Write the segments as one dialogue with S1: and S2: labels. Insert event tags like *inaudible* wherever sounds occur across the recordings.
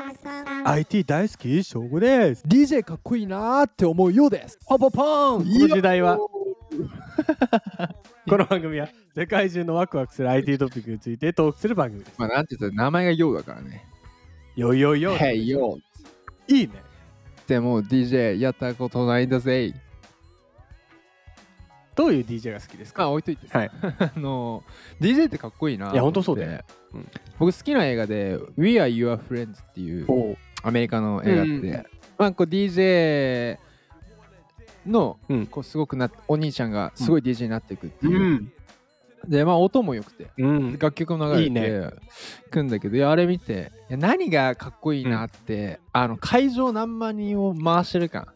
S1: ん
S2: IT 大好き翔吾です
S3: DJ かっこいいなーって思うようです
S2: ポンポンポンこの時代は *laughs* この番組は世界中のワクワクする IT トピックについてトークする番組です
S1: まあ、なんて言ったら名前がようだからね。
S2: よいよいよ
S1: へいよ
S2: いいね
S1: でも DJ やったことないんだぜ。
S2: どういう DJ が好きです
S1: ま
S2: か
S1: あ置いといてさ。
S2: はい
S1: *laughs* あの DJ ってかっこいいな。
S2: いやほんとそうだよね
S1: と思って。僕好きな映画で We Are Your Friends っていう
S2: お
S1: アメリカの映画あって、
S2: うん
S1: まあこう DJ の、
S2: うん
S1: こうすごくなお兄ちゃんがすごい DJ になっていくって
S2: う
S1: いう。
S2: ん
S1: でまあ音も良くて。
S2: うん
S1: 楽曲も流れて
S2: いいね
S1: くんだけどいやあれ見ていや何がかっこいいなって、あの会場何万人を回してる感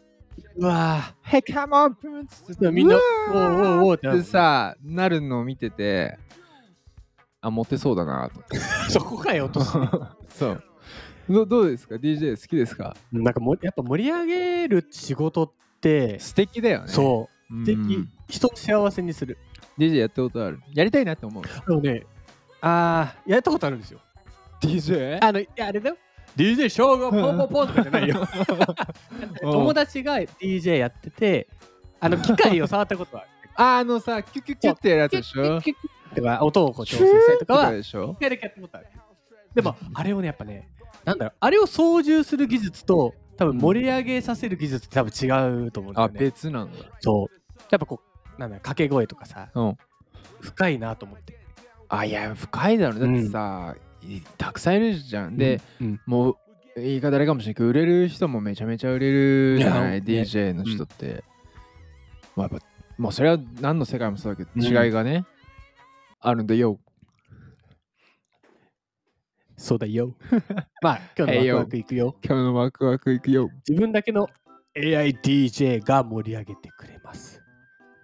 S2: うわ
S1: 「ヘカモンプン!」って
S2: みんな
S1: う
S2: お
S1: わー
S2: うおうおうってなる
S1: ってさなるのを見ててあモテそうだな
S2: *laughs*
S1: と
S2: ーそこかよと
S1: 思ってそうどどうですか DJ 好きですか
S2: なんかもやっぱ盛り上げる仕事って
S1: 素敵だよね
S2: そうう、
S1: ん
S2: 素敵人を幸せにする
S1: DJ やったことあるやりたいなって思う
S2: でもねああやったことあるんですよ
S1: DJ?
S2: あのいやあれだよ DJ ショーゴポンポンポンとかじゃない *laughs* よ友達が DJ やっててあの機械を触ったことはある
S1: あのさキュキュキュってやるやつでし
S2: キ
S1: ょ
S2: ュッキュッキュッとか音をこう調整したりとかは
S1: でしょ
S2: 一回だけやったことあるでもあれをねやっぱねなんだろうあれを操縦する技術と多分盛り上げさせる技術って多分違うと思うんだ
S1: あ
S2: よね
S1: 別なんだ
S2: そうやっぱこうなんだろう掛け声とかさ
S1: うん
S2: 深いなと思って
S1: あいや深いだろだってさ、いたくさんいるじゃんで、、
S2: うん
S1: もう言い方あれかもしれないけど売れる人もめちゃめちゃ売れるじゃない
S2: いや
S1: DJ の人って、まあやっぱまあそれは何の世界もそうだけど
S2: うん
S1: 違いがね、あるんだよ
S2: そうだ *laughs* よまあ今日のワクワクいくよ
S1: 今日のワクワクいくよ
S2: 自分だけの AIDJ が盛り上げてくれます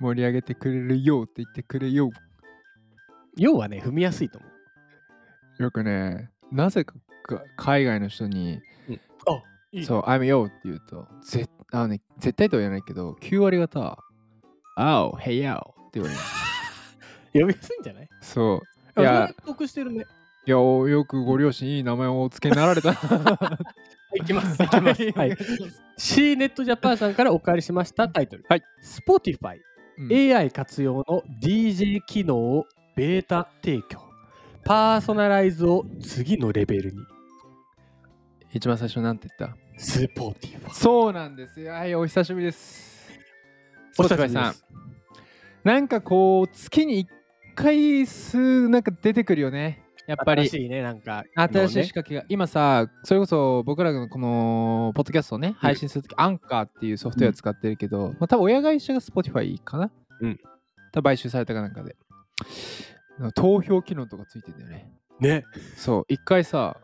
S1: 盛り上げてくれるよって言ってくれよ
S2: 要はね踏みやすいと思う
S1: よくねなぜかか海外の人に
S2: あい
S1: そう、I'm yo って言うと、ぜあのね、絶対とは言わないけど、9割方、Oh, hey yo って言
S2: *laughs*
S1: われる。
S2: 呼びやすいんじゃない
S1: そう。
S2: い
S1: い
S2: や
S1: や、
S2: 得してるね
S1: いやおよくご両親いい名前をお付けになられた。
S2: *laughs* いき *laughs* ますいきますはい C ネットジャパンさんからお借りしましたタイトル
S1: はい
S2: Spotify
S1: うん
S2: AI 活用の DJ 機能をベータ提供パーソナライズを次のレベルに
S1: 一番最初なんて言っ
S2: Spotify
S1: たそうなんですよ。はい、お久しぶりです。
S2: お久しぶり
S1: ス
S2: です
S1: ポティファイん。なんかこう、月に1回数、なんか出てくるよね。やっぱり
S2: 新。しいねなんか
S1: 新しい仕
S2: ね
S1: 掛けが、今さそれこそ僕らのこのポッドキャストをね配信するとき、アンカーっていうソフトウェア使ってるけど、まあ、多分親会社が Spotify かな、
S2: うん、
S1: 多分買収されたかなんかで投票機能とかついてんだよね
S2: ね
S1: そう一回さ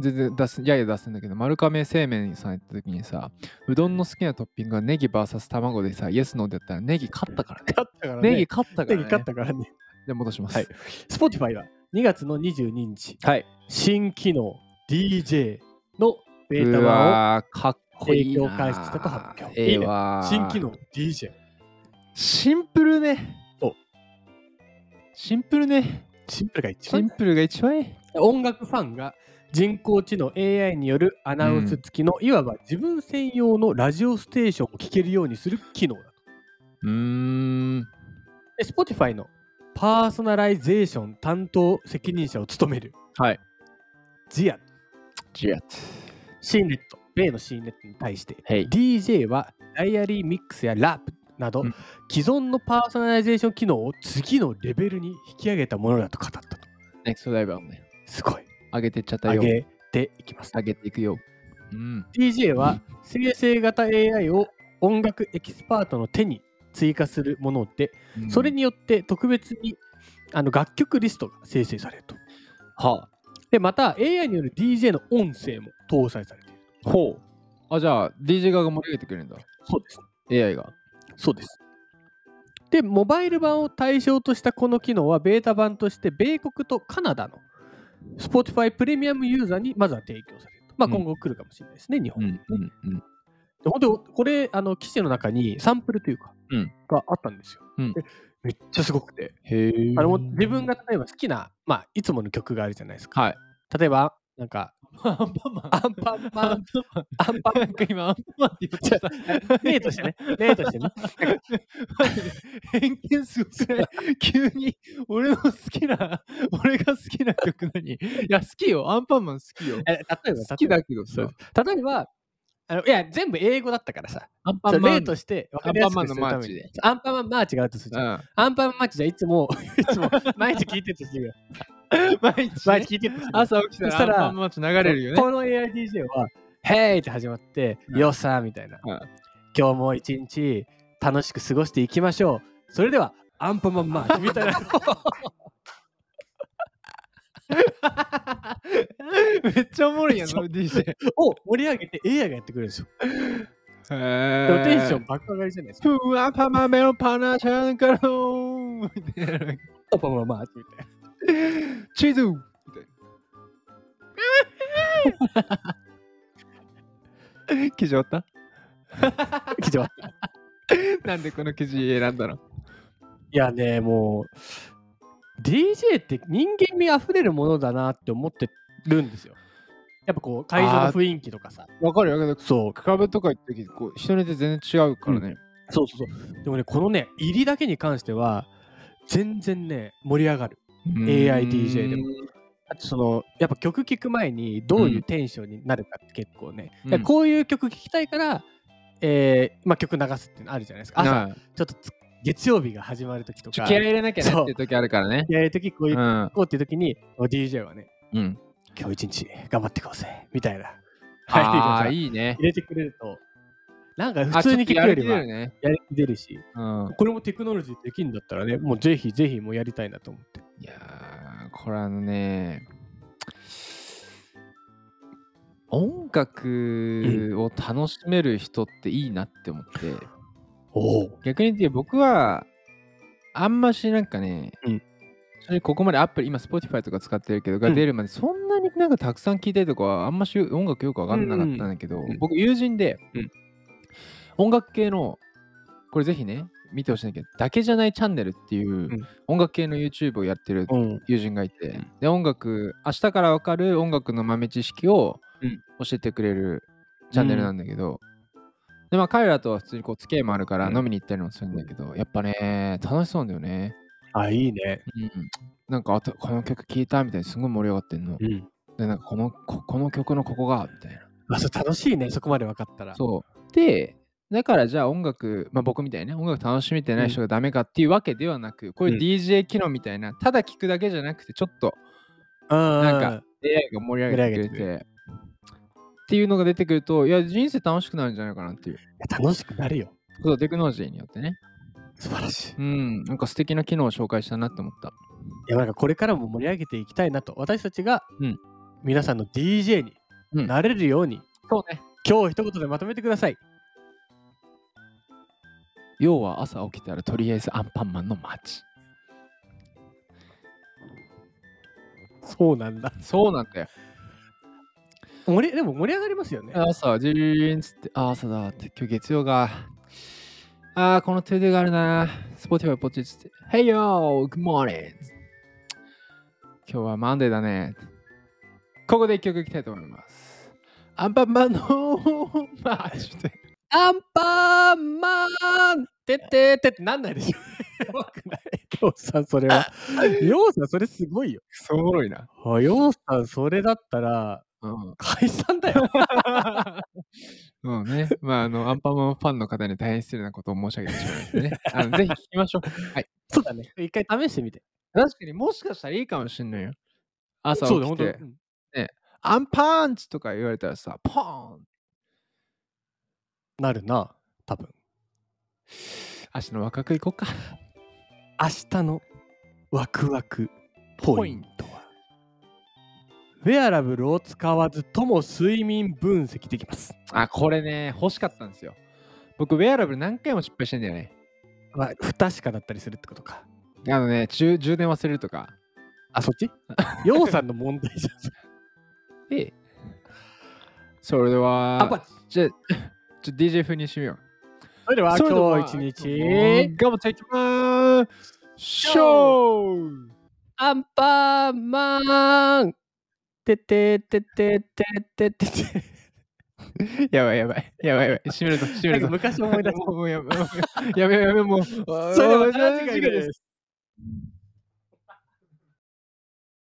S1: 全然出すやや出すんだけど丸亀製麺さんやった時にさうどんの好きなトッピングがネギ VS 卵でさイエスノーでやったらネギ勝ったからね
S2: 勝ったからね
S1: ネギ勝ったからね
S2: ネギ勝ったからね
S1: で戻します
S2: はい Spotify は2月の22日
S1: はい、
S2: 新機能 DJ のベータ版
S1: う
S2: を
S1: わーかっこいい
S2: 提
S1: な
S2: 供開始したと発表
S1: ええ
S2: いいね
S1: わー
S2: 新機能 DJ
S1: シンプルね。
S2: そう
S1: シンプルね。
S2: シンプルが一
S1: シ
S2: 番
S1: ンプルが一番いい。
S2: 音楽ファンが人工知能 AI によるアナウンス付きの、いわば自分専用のラジオステーションを聴けるようにする機能だと
S1: うーん。
S2: で Spotify のパーソナライゼーション担当責任者を務める
S1: はい。
S2: ジア
S1: ジェット。
S2: シーネット米のシーネットに対して
S1: はい。
S2: DJ はダイアリーミックスやラップなど、
S1: うん
S2: 既存のパーソナライゼーション機能を次のレベルに引き上げたものだと語ったと
S1: ネクストライバーもね。
S2: すごい
S1: 上げてっちゃった
S2: 上
S1: よ。
S2: げていきます
S1: 上げていくよ。うん。
S2: DJ は生成型 AI を音楽エキスパートの手に追加するもので、それ
S1: に。
S2: によって特別にあの楽曲リストが生成されると。
S1: は
S2: で、また AI による DJ の音声も搭載されている。
S1: あ。ほう。あ、じゃあ、DJ 側が盛り上げてくれるんだ。
S2: そうです。
S1: AI が。
S2: そうです。で、モバイル版を対象としたこの機能は、ベータ版として、米国とカナダの Spotify プレミアムユーザーにまずは提供されると。まあ、
S1: うん
S2: 今後来るかもしれないですね、日本。
S1: んうんうん。
S2: で本当これあの記事の中にサンプルというか、
S1: うん
S2: があったんですよ、
S1: うん
S2: でめっちゃすごくて
S1: へえ。
S2: あの自分が例えば好きな、まあ、いつもの曲があるじゃないですか
S1: はい。
S2: 例えばなんか、
S1: アンパンマン。
S2: アンパンマン、アンパンマ
S1: なんか今、アンパンマンって言って
S2: *laughs*
S1: た。
S2: ン、例としてね、例として
S1: *laughs*
S2: ね。
S1: 偏見すごくない急に、俺の好きな、 *laughs* 俺が好きな曲何いや、好きよ。アンパンマン好きよ。
S2: え例えば、例えば
S1: 好きだけど
S2: そ
S1: さ
S2: う。例えばあの、いや、全部英語だったからさ、
S1: アン
S2: そ
S1: パ
S2: う
S1: ンマ
S2: 例
S1: ン。
S2: として分
S1: ア
S2: か
S1: ン
S2: り
S1: パ
S2: や
S1: ン
S2: す
S1: マ
S2: く
S1: ン
S2: する
S1: のマ
S2: た
S1: ー
S2: め
S1: チ
S2: に。
S1: で。
S2: アンパンマンマーチがあるとするじ
S1: う
S2: ゃん。
S1: ん。
S2: アンパンマーチじゃいつも、いつも、 *laughs* 毎日聞いてるとするよ。
S1: 毎日ね
S2: 毎日聞いてるとするよ。
S1: 朝起きた
S2: そしたら
S1: らアンパンマンマーチ流れるよね。
S2: この AIDJ は、ヘイって始まって、
S1: うん
S2: よっさーみたいな。
S1: うん
S2: 今日も一日楽しく過ごしていきましょう。それでは、アンパンマンマーチみたい *laughs* な。
S1: めっちゃおもろいやん、
S2: そ
S1: その DJ。へ
S2: を盛り上げて AI がやってくれるんですよ。でも
S1: ー
S2: テンション爆上がりじゃないですか。
S1: ふわぱまメロパナちゃんからのみたいな
S2: アンパンマンマーチみたいな。
S1: チ *laughs* ーズみたいな。記事終わった
S2: 以上い
S1: *laughs* なんでこの記事選んだの *laughs*
S2: やね、もう、DJ って人間味あふれるものだなって思ってるんですよ。やっぱこう、会場の雰囲気とかさ。
S1: わかるよ。
S2: そう。
S1: クラブとか行った時こう人によって全然違うからね。
S2: そうそうそう。でもね、このね、入りだけに関しては、全然ね、盛り上がる。ん AIDJ でも。あとその、やっぱ曲聴く前にどういうテンションになるかって結構ね、
S1: うん
S2: だからこういう曲聴きたいから、えーまあ、曲流すっていうのあるじゃないですか。朝、
S1: 朝、
S2: ちょっとつ月曜日が始まる時と
S1: ちょ
S2: か、
S1: っと気合い入れなきゃなっていう時あるからね。
S2: やる時こういうう、
S1: ん。
S2: こうっていう時に、DJ はね、
S1: うん。
S2: 今日一日頑張っていこうぜ、みたいな *laughs* 入り
S1: あ
S2: が
S1: あ、
S2: 入
S1: いいね。
S2: れてくれると、なんか
S1: あ
S2: 普
S1: ちょ
S2: 通
S1: っと
S2: に聴く
S1: や
S2: よ
S1: る
S2: り
S1: 気
S2: は
S1: 出るね。
S2: やる気出るし、
S1: うん。
S2: これもテクノロジーできるんだったらね、もうぜひぜひもうやりたいなと思って。
S1: いやーこれあのね音楽を楽しめる人っていいなって思って、
S2: おお。
S1: 逆に言って僕はあんましなんかね、
S2: うん
S1: それここまでアプリ今 Spotify とか使ってるけどが
S2: うん
S1: 出るまでそんなになんかたくさん聴いたりとかはあんまし音楽よくわかんなかったんだけど、
S2: うんうん
S1: 僕友人で、
S2: うん
S1: 音楽系のこれぜひね見てほしいんだけどだけじゃないチャンネルっていうん音楽系の YouTube をやってる
S2: うん。
S1: 友人がいて、
S2: うん
S1: で音楽明日から分かる音楽の豆知識を
S2: うん
S1: 教えてくれるチャンネルなんだけど、でまあ彼らとは普通にこう付き合いもあるから
S2: うん
S1: 飲みに行ったりもするんだけど、やっぱね楽しそうなんだよね、
S2: あ、いいね。
S1: なんかあとこの曲聴いたみたいにすごい盛り上がってんの、
S2: うん。
S1: でなんかこのここの曲のここがみたいな
S2: あ、そう楽しいね、そこまで分かったら。
S1: そうでだからじゃあ音楽、まあ、僕みたいにね音楽楽しみてない人がダメかっていうわけではなく、こういう DJ 機能みたいなただ聴くだけじゃなくてちょっと
S2: うん。
S1: なんか AI が盛り上げてく
S2: 盛り
S1: れて。っていうのが出てくると、いや、人生楽しくなるんじゃないかなっていう。
S2: 楽しくなるよ。
S1: そう、テクノロジーによってね。
S2: 素晴らしい。い
S1: うん、なんか素敵な機能を紹介したなって思った。
S2: や、なんかこれからも盛り上げていきたいなと、私たちが、
S1: うん
S2: 皆さんの DJ に
S1: うん
S2: なれるように、
S1: そうね。
S2: 今日一言でまとめてください。
S1: 要は朝起きたらとりあえずアンパンマンの街。
S2: そうなんだ。
S1: そうなんだよ。
S2: 盛りでも盛り上がりますよね。
S1: 朝はジーンつって、あー、朝だって、今日月曜が。あー、このトゥードゥがあるな。スポティファイポチッつって。Hey yo, good morning! 今日はマンデーだね。ここで一曲いきたいと思います。アンパンマンの *laughs* マジで。
S2: アンパンマンてってってってなんないでし *laughs* ょ。やばくない。ようさん、それは。ようさん、それすごいよ。
S1: そうおもろいな。
S2: あようさん、それだったら、
S1: うん。 *laughs*
S2: 解散だよ。
S1: そうね。まあ、あの、アンパンマンファンの方に大変失礼なことを申し上げてしまいますね。あのぜひ聞きましょう。はい。
S2: そうだね。一回試してみて。
S1: 確かにもしかしたらいいかもしんないよ。朝
S2: そう
S1: 起
S2: だ、
S1: き
S2: 本当に
S1: て。アンパンチとか言われたらさ、ポーン
S2: なるな、多分。
S1: 明日の若く行こうか。
S2: 明日のワクワクポイントは、ウェアラブルを使わずとも睡眠分析できます。
S1: あ、これね、欲しかったんですよ。僕、ウェアラブル何回も失敗してんだよね。
S2: まあ、不確かだったりするってことか。
S1: あのね、充充電忘れるとか。
S2: あ、そっ *laughs* ちようさんの問題じゃん。
S1: で、それでは、
S2: あ、ま
S1: じゃ、ちょ、DJ 風にしてみよう。
S2: それでは
S1: それでは
S2: 今日一日、
S1: 頑張っていきまーしょう
S2: アンパンマンてててててててて。
S1: やばいやばい。やばいやばい。閉めるぞ、閉め
S2: なん
S1: る *laughs*
S2: か
S1: ぞ。
S2: *laughs* 昔思い出し
S1: もうもうやめやめやめやめもう。
S2: た。
S1: そ
S2: それではまた次回です。